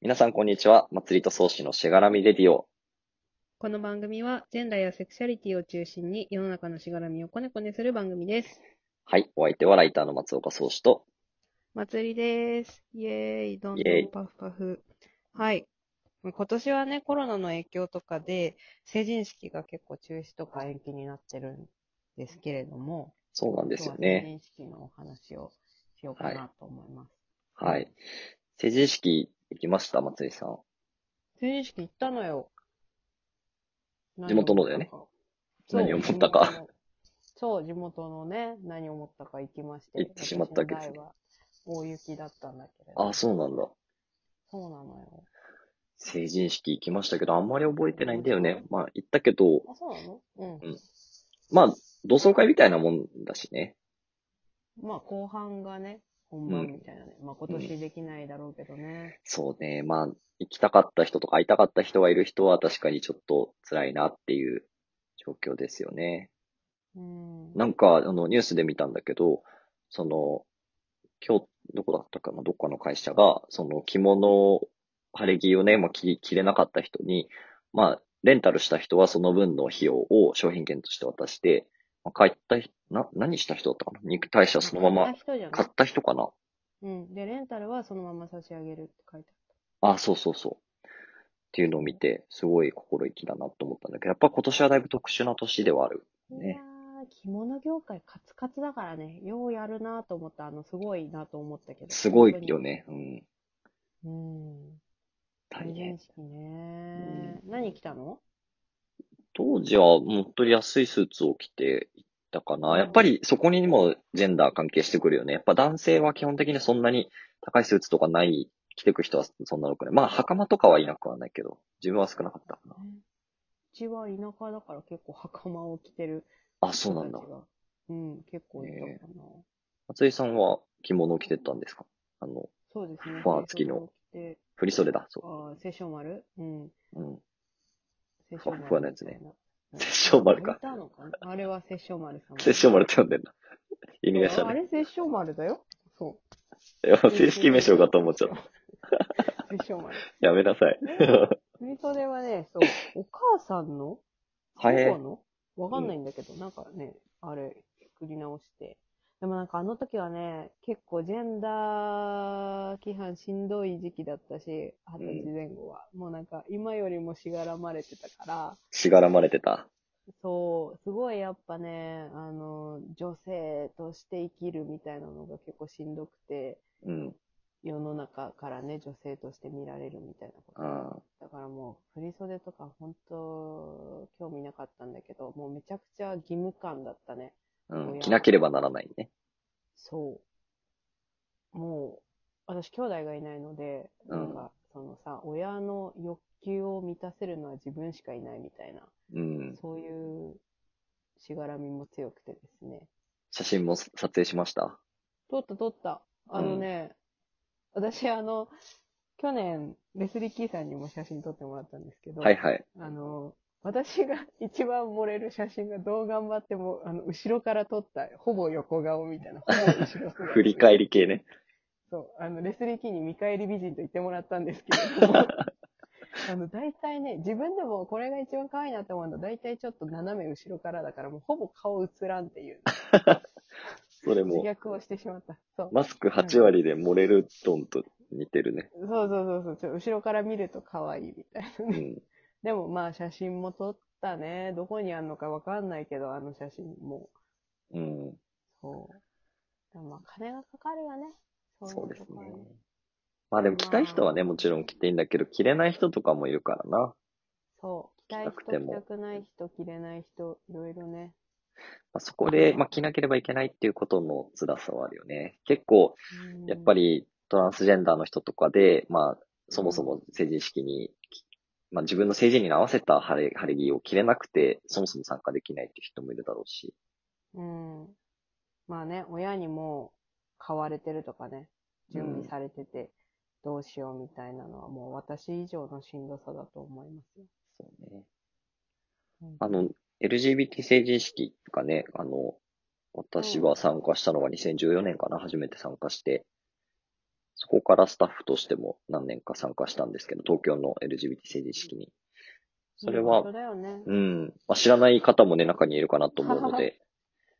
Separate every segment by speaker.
Speaker 1: 皆さん、こんにちは。祭りと創始のしがらみレディオ。
Speaker 2: この番組は、ジェンダーやセクシャリティを中心に世の中のしがらみをこねこねする番組です。
Speaker 1: はい。お相手はライターの松岡創始と、
Speaker 2: 祭りです。イエーイ、どん
Speaker 1: イ
Speaker 2: ど
Speaker 1: エーイ
Speaker 2: んパフパフ。はい。今年はね、コロナの影響とかで、成人式が結構中止とか延期になってるんですけれども、
Speaker 1: そうなんですよね。
Speaker 2: 今日は成人式のお話をしようかなと思います。
Speaker 1: はい。成人式行きました、松井さん。
Speaker 2: 成人式行ったのよ。
Speaker 1: 地元のだよね何を思ったか。
Speaker 2: そう、地元のね、何を思ったか行きまして。
Speaker 1: 行ってしまったわけですね
Speaker 2: 私の代は大雪だったんだけれど。
Speaker 1: あ、そうなんだ。
Speaker 2: そうなのよ。
Speaker 1: 成人式行きましたけど、あんまり覚えてないんだよね。まあ、行ったけど、
Speaker 2: あ、そうなのうん。
Speaker 1: まあ、同窓会みたいなもんだしね。
Speaker 2: まあ、後半がね、本番みたいなね。まあ、今年できないだろうけどね。
Speaker 1: そうね。まあ、行きたかった人とか会いたかった人がいる人は確かにちょっと辛いなっていう状況ですよね。
Speaker 2: うん。
Speaker 1: なんか、あの、ニュースで見たんだけど、その、今日、どこだったかな、どっかの会社が、その着物、晴れ着をね、まあ、着、着れなかった人に、まあ、レンタルした人はその分の費用を商品券として渡して、まあ、帰った人、な、何した人だったかな肉体者そのまま、
Speaker 2: 買った人じゃな
Speaker 1: 買
Speaker 2: い
Speaker 1: った人かな
Speaker 2: うん。で、レンタルはそのまま差し上げるって書いて
Speaker 1: あ、そうそうそう。っていうのを見て、すごい心意気だなと思ったんだけど、やっぱ今年はだいぶ特殊な年ではある。
Speaker 2: ある。
Speaker 1: ね
Speaker 2: いやー、着物業界カツカツだからね。ようやるなと思った。あの、すごいなと思ったけど。
Speaker 1: すごいよね。うん。
Speaker 2: うん。
Speaker 1: 大
Speaker 2: 成
Speaker 1: 変
Speaker 2: 人。式ね。何着たの
Speaker 1: 当時はもっと安いスーツを着ていったかな。やっぱりそこにもジェンダー関係してくるよね。やっぱ男性は基本的にそんなに高いスーツとかない、着てく人はそんな多くない。まあ、袴とかはいなくはないけど、自分は少なかったかな。
Speaker 2: うちは田舎だから結構袴を着てる
Speaker 1: あ、そうなんだ
Speaker 2: 人。たちがうん、結構いたかな。
Speaker 1: 松井さんは着物を着てったんですかあの、
Speaker 2: そうですね。
Speaker 1: ファー付きの
Speaker 2: 正装を着て。
Speaker 1: 振り袖だ、そ
Speaker 2: ああ、清少丸うん。
Speaker 1: う。うん。
Speaker 2: 清
Speaker 1: ふわふわのやつね
Speaker 2: みたいな。
Speaker 1: 殺生丸
Speaker 2: あ
Speaker 1: か
Speaker 2: い。たのかなあれは清少丸さん。
Speaker 1: 殺生丸って呼んでんだ。意味がし
Speaker 2: あ
Speaker 1: た
Speaker 2: あ
Speaker 1: ね。
Speaker 2: れ清少丸だよ。そ
Speaker 1: いや
Speaker 2: う。
Speaker 1: 正式名称かと思っちゃった。
Speaker 2: た。清少丸。
Speaker 1: やめなさい。
Speaker 2: 振り袖はね、そう、お母さんの
Speaker 1: は
Speaker 2: どこ
Speaker 1: い。
Speaker 2: のわかんないんだけど、なんかね、あれ、作り直して。でもなんかあの時はね、結構ジェンダー規範しんどい時期だったし、二十歳前後は。もうなんか今よりもしがらまれてたから、
Speaker 1: しがらまれてた。
Speaker 2: そう、すごいやっぱね、あの、女性として生きるみたいなのが結構しんどくて、
Speaker 1: うん。
Speaker 2: 世の中からね、女性として見られるみたいなこと
Speaker 1: ああ。
Speaker 2: だからもう、振り袖とか本当、興味なかったんだけど、もうめちゃくちゃ義務感だったね。
Speaker 1: うん。
Speaker 2: 親
Speaker 1: 着なければならないね。
Speaker 2: そう。もう、私兄弟がいないので、
Speaker 1: う
Speaker 2: なんんか、そのさ、親の欲求を満たせるのは自分しかいないみたいな、
Speaker 1: うん。
Speaker 2: そういうしがらみも強くてですね。
Speaker 1: 写真も撮影しました。
Speaker 2: 撮った撮った。あのね、私あの、去年、レスリー・キーさんにも写真撮ってもらったんですけど、
Speaker 1: はいはい。
Speaker 2: あの、私が一番盛れる写真がどう頑張っても、あの、後ろから撮った、ほぼ横顔みたいな、ほぼ後ろ姿
Speaker 1: 振り返り系ね。
Speaker 2: そう、あの、レスリー・キーに見返り美人と言ってもらったんですけ れども、あの、大体ね、自分でもこれが一番可愛いなと思うの、大体ちょっと斜め後ろからだから、もうほぼ顔映らんっていう、
Speaker 1: それ
Speaker 2: 自
Speaker 1: も、
Speaker 2: 虐をしてしまった。そう。
Speaker 1: マスク8割で漏れるトンと似てるね。
Speaker 2: そうそうそうそうちょ、後ろから見ると可愛いみたいな
Speaker 1: う
Speaker 2: ね。
Speaker 1: ん。
Speaker 2: でもまあ、写真も撮ったね。どこにあんのかわかんないけど、あの写真も。
Speaker 1: うん。
Speaker 2: そう。でもまあ、金がかかるよね。
Speaker 1: そうです
Speaker 2: いとこ
Speaker 1: ね
Speaker 2: は。
Speaker 1: まあでも着たい人はね、もちろん着ていいんだけど、着れない人とかもいるからな。
Speaker 2: そう。着たい
Speaker 1: なくて
Speaker 2: 人、
Speaker 1: も
Speaker 2: 着たくない人、着れない人、いろいろね。
Speaker 1: まあ、そこで、まあ、着なければいけないっていうことの辛さはあるよね。結構、
Speaker 2: うん
Speaker 1: やっぱ、りトランスジェンダーの人とかで、まあ、そもそも成人式に、まあ自分の成人に合わせた晴れ、晴れ着を着れなくて、そもそも参加できないっていう人もいるだろうし。
Speaker 2: うん。まあね、親にも買われてるとかね、準備されてて、どうしようみたいなのは、もう私以上のしんどさだと思いますよ。
Speaker 1: そうね。
Speaker 2: うん
Speaker 1: あの、LGBT 成人式がね、あの、私は参加したのが2014年かな、初めて参加して。そこからスタッフとしても何年か参加したんですけど、東京の LGBT 成人式に。それは
Speaker 2: 本当、だよね。
Speaker 1: うん。まあ、知らない方もね、中にいるかなと思うので、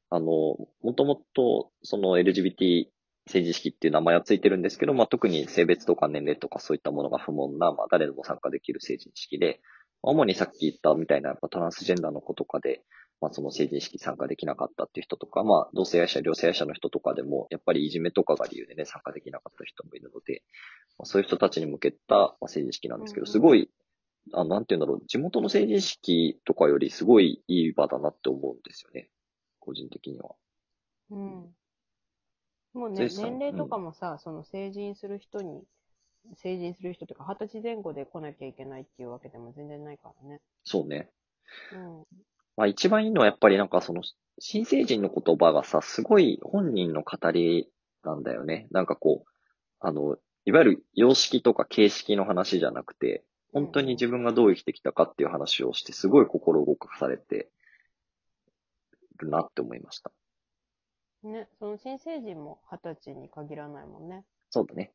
Speaker 1: あの、もともと、その LGBT 政治式っていう名前はついてるんですけど、まあ、特に性別とか年齢とかそういったものが不問な、まあ、誰でも参加できる成人式で、主にさっき言ったみたいな、やっぱトランスジェンダーの子とかで、まあ、その成人式参加できなかったっていう人とか、まあ、同性愛者、両性愛者の人とかでも、やっぱりいじめとかが理由でね、参加できなかった人もいるので、まあ、そういう人たちに向けた、まあ、成人式なんですけ
Speaker 2: う
Speaker 1: ど、
Speaker 2: んうん
Speaker 1: すごい、あなんて言うんだろう、地元の成人式とかよりすごいいい場だなって思うんですよね。個人的には。
Speaker 2: うん。もう
Speaker 1: ゼ
Speaker 2: ね、
Speaker 1: イさん
Speaker 2: 年齢とかもさ、その成人する人に、成人する人というか、二十歳前後で来なきゃいけないっていうわけでも全然ないからね。
Speaker 1: そうね。
Speaker 2: うん。
Speaker 1: まあ一番いいのはやっぱりなんかその新成人の言葉がさ、すごい本人の語りなんだよね。なんかこう、あの、いわゆる様式とか形式の話じゃなくて、本当に自分がどう生きてきたかっていう話をして、すごい心動かされてるなって思いました。
Speaker 2: ね、その新成人も二十歳に限らないもんね。
Speaker 1: そうだね。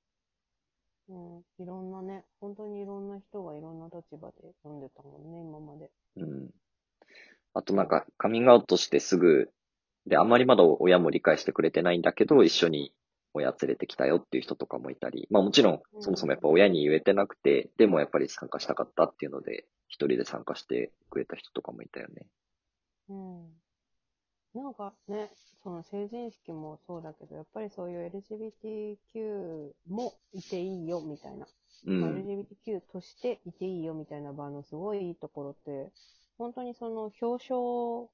Speaker 2: うん。いろんなね、本当にいろんな人がいろんな立場で読んでたもんね、今まで。
Speaker 1: うん。あとなんかカミングアウトしてすぐ、で、あんまりまだ親も理解してくれてないんだけど、一緒に親連れてきたよっていう人とかもいたり、まあもちろん
Speaker 2: う、ん
Speaker 1: そもそもやっぱ親に言えてなくて、でもやっぱり参加したかったっていうので、一人で参加してくれた人とかもいたよね。
Speaker 2: うん。なんかね、その成人式もそうだけど、やっぱりそういう LGBTQ もいていいよ、みたいな。
Speaker 1: うん。
Speaker 2: LGBTQ としていていいよみたいな場のすごいいいところって、本当にその表彰、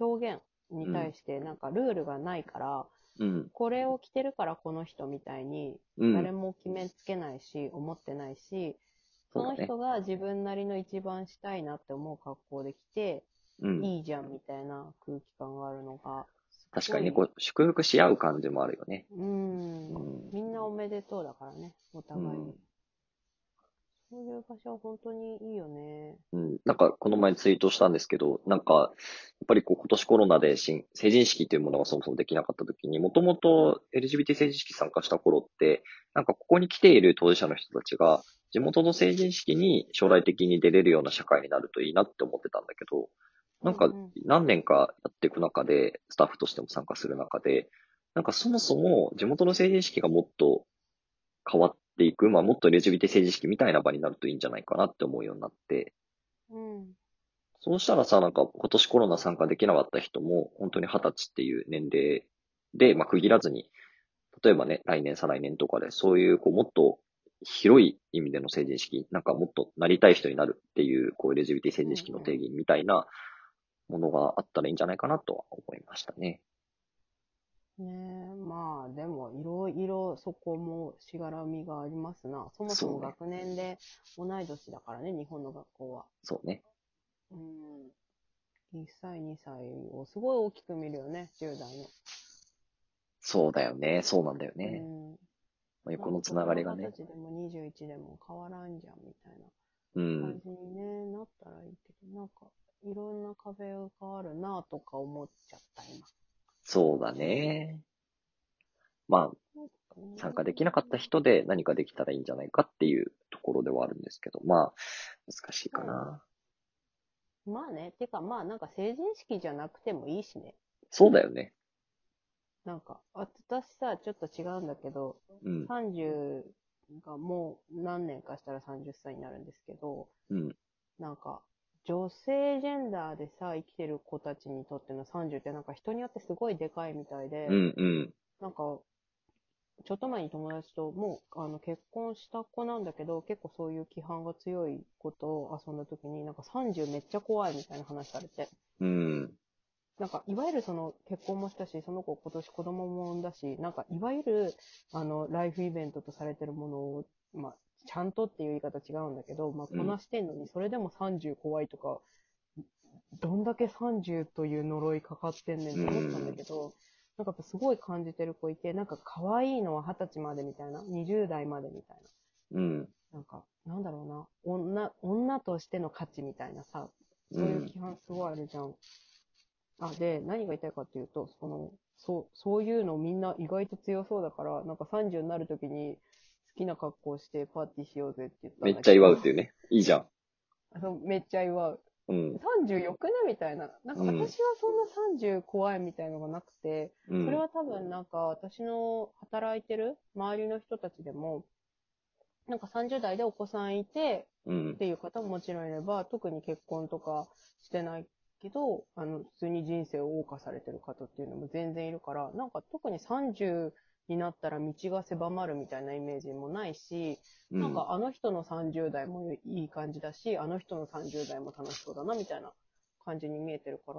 Speaker 2: 表現に対してなんかルールがないから、
Speaker 1: うん。
Speaker 2: これを着てるからこの人みたいに、
Speaker 1: うん。
Speaker 2: 誰も決めつけないし、思ってないし、
Speaker 1: そ
Speaker 2: そう
Speaker 1: だ
Speaker 2: の
Speaker 1: ね
Speaker 2: 人が自分なりの一番したいなって思う格好で着て、
Speaker 1: うん。
Speaker 2: いいじゃんみたいな空気感があるのが、
Speaker 1: 確かにね、
Speaker 2: すごい
Speaker 1: こう、祝福し合う感じもあるよね。
Speaker 2: うん
Speaker 1: うん、
Speaker 2: みんなおめでとうだからね、お
Speaker 1: う
Speaker 2: 互いに。
Speaker 1: ん。
Speaker 2: そういう場所は本当にいいよね。
Speaker 1: うん、なんか、この前ツイートしたんですけど、なんか、やっぱりこう、今年コロナで新成人式というものがそもそもできなかった時に、もともと LGBT 成人式参加した頃って、なんかここに来ている当事者の人たちが、地元の成人式に将来的に出れるような社会になるといいなって思ってたんだけど、なん
Speaker 2: う
Speaker 1: か
Speaker 2: んうん、
Speaker 1: 何年かやっていく中で、スタッフとしても参加する中で、なんかそもそも地元の成人式がもっと変わっていく、まあもっと LGBT 成人式みたいな場になるといいんじゃないかなって思うようになって、
Speaker 2: うん。
Speaker 1: そうしたらさ、なんか今年コロナ参加できなかった人も、本当に二十歳っていう年齢で、まあ、区切らずに、例えばね、来年、再来年とかで、そういう、こう、もっと広い意味での成人式、なんかもっとなりたい人になるっていう、こう、LGBT 成人式の定義みたいなものがあったらいいんじゃないかなとは思いましたね。
Speaker 2: ねえ、まあでもいろいろそこもしがらみがありますな。そもそ
Speaker 1: そ
Speaker 2: も
Speaker 1: うね
Speaker 2: 学年で同い年だからね、日本の学校は。
Speaker 1: そうね。
Speaker 2: うん。1歳、2歳をすごい大きく見るよね、10代の。
Speaker 1: そうだよね。そうなんだよ
Speaker 2: う
Speaker 1: ね。
Speaker 2: ん。
Speaker 1: まあ横のつながりがね
Speaker 2: 子供。たちでも21でも変わらんじゃんみたいな
Speaker 1: うん
Speaker 2: 感。じに、ねなったらいいけど、なんかいろんな壁があるなとか思っちゃった今。
Speaker 1: そうだね。まあ、参加できなかった人で何かできたらいいんじゃないかっていうところではあるんですけど、まあ、難しいかな。
Speaker 2: まあね、てかまあなんか成人式じゃなくてもいいしね。
Speaker 1: そうだよね。
Speaker 2: なんか、あ私さ、ちょっと違うんだけど、
Speaker 1: うん、
Speaker 2: 30がもう何年かしたら30歳になるんですけど、
Speaker 1: うん、
Speaker 2: なんか、女性ジェンダーでさ、生きてる子たちにとっての30ってなんか人によってすごいでかいみたいで、
Speaker 1: うん、うん、
Speaker 2: なんか、ちょっと前に友達ともうあの結婚した子なんだけど、結構そういう規範が強い子と遊んだ時に、なんか30めっちゃ怖いみたいな話されて。
Speaker 1: うん、
Speaker 2: なんか、いわゆるその結婚もしたし、その子今年子供も産んだし、なんか、いわゆる、あの、ライフイベントとされてるものを、まあ、ちゃんとっていう言い方違うんだけど、まあ、こ
Speaker 1: うん
Speaker 2: なしてんのに、それでも30怖いとか、どんだけ30という呪いかかってんねんと思ったんだけど、なんかやっぱすごい感じてる子いて、なんか可愛いのは20歳までみたいな、20代までみたい
Speaker 1: う
Speaker 2: な。
Speaker 1: ん、
Speaker 2: なんか、なんだろうな、女、女としての価値みたいなさ、そういう規範すごいあるじゃん。あ、で、何が言いたいかっていうと、その、そう、そういうのみんな意外と強そうだから、なんか30になるときに好きな格好してパーティーしようぜって言ったん
Speaker 1: め
Speaker 2: だ
Speaker 1: っちゃ祝うっていう
Speaker 2: ね。
Speaker 1: ね。いいじゃん。
Speaker 2: そうめっちゃ祝う。
Speaker 1: うん。
Speaker 2: 30よくないみたいな。なんか
Speaker 1: うん
Speaker 2: 私はそんな30怖いみたいのがなくて、
Speaker 1: うん。
Speaker 2: それは多分なんか私の働いてる周りの人たちでも、なんか30代でお子さんいて、
Speaker 1: うん
Speaker 2: っ。ていう方ももちろんいれば、特に結婚とかしてないけど、あの、普通に人生を謳歌されてる方っていうのも全然いるから、なんか特に30になったら道が狭まるみたいなイメージもないし、
Speaker 1: うん
Speaker 2: なんかあの人の30代もいい感じだし、あの人の30代も楽しそうだなみたいな感じに見えてるから、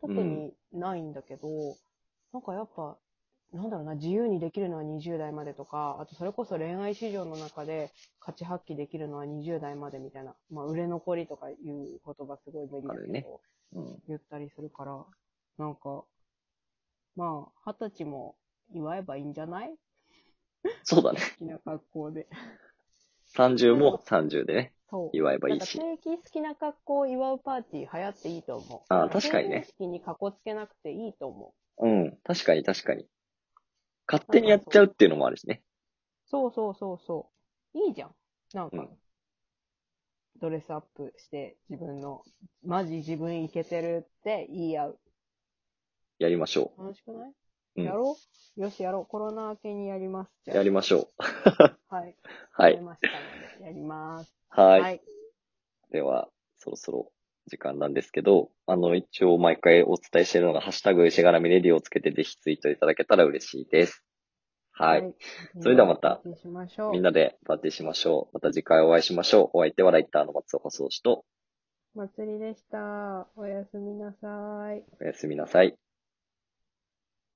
Speaker 2: 特にないんだけど、なんかやっぱ、なんだろうな、自由にできるのは20代までとか、あとそれこそ恋愛市場の中で価値発揮できるのは20代までみたいな、まあ売れ残りとかいう言葉すごい無理だ
Speaker 1: あ
Speaker 2: け
Speaker 1: る
Speaker 2: ど、
Speaker 1: ねうん。
Speaker 2: 言ったりするから、なんか、まあ、二十歳も祝えばいいんじゃない
Speaker 1: そうだね。
Speaker 2: 好きな格好で。
Speaker 1: 30も30でね、
Speaker 2: そう。
Speaker 1: 祝えば
Speaker 2: ないん
Speaker 1: い
Speaker 2: か
Speaker 1: し。
Speaker 2: 定期好きな格好を祝うパーティー流行っていいと思う。
Speaker 1: あー確かにね
Speaker 2: 定期に格好つけなくていいと思う。
Speaker 1: うん。確かに確かに。勝手にやっちゃうっていうのもあるしね。
Speaker 2: そうそうそうそう。いいじゃん。なんか、
Speaker 1: うん
Speaker 2: ドレスアップして自分の、マジ自分イケてるって言い合う。
Speaker 1: やりましょ
Speaker 2: 楽しくない、
Speaker 1: うん
Speaker 2: やろうよしやろう。コロナ明けにやります。
Speaker 1: う。やりましょう。
Speaker 2: はい。
Speaker 1: は
Speaker 2: 決
Speaker 1: い。
Speaker 2: めましたのでやります。
Speaker 1: はい。では、そろそろ時間なんですけど、あの、一応毎回お伝えしているのが、ハッシュタグしがらみレディをつけてぜひツイートいただけたら嬉しいです。はい。それではまた
Speaker 2: お願いしましょう。
Speaker 1: みんなでパーティーしましょう。また次回お会いしましょう。お相手はライターの松岡宗志と、
Speaker 2: 祭りでした。おやすみなさい。
Speaker 1: おやすみなさい。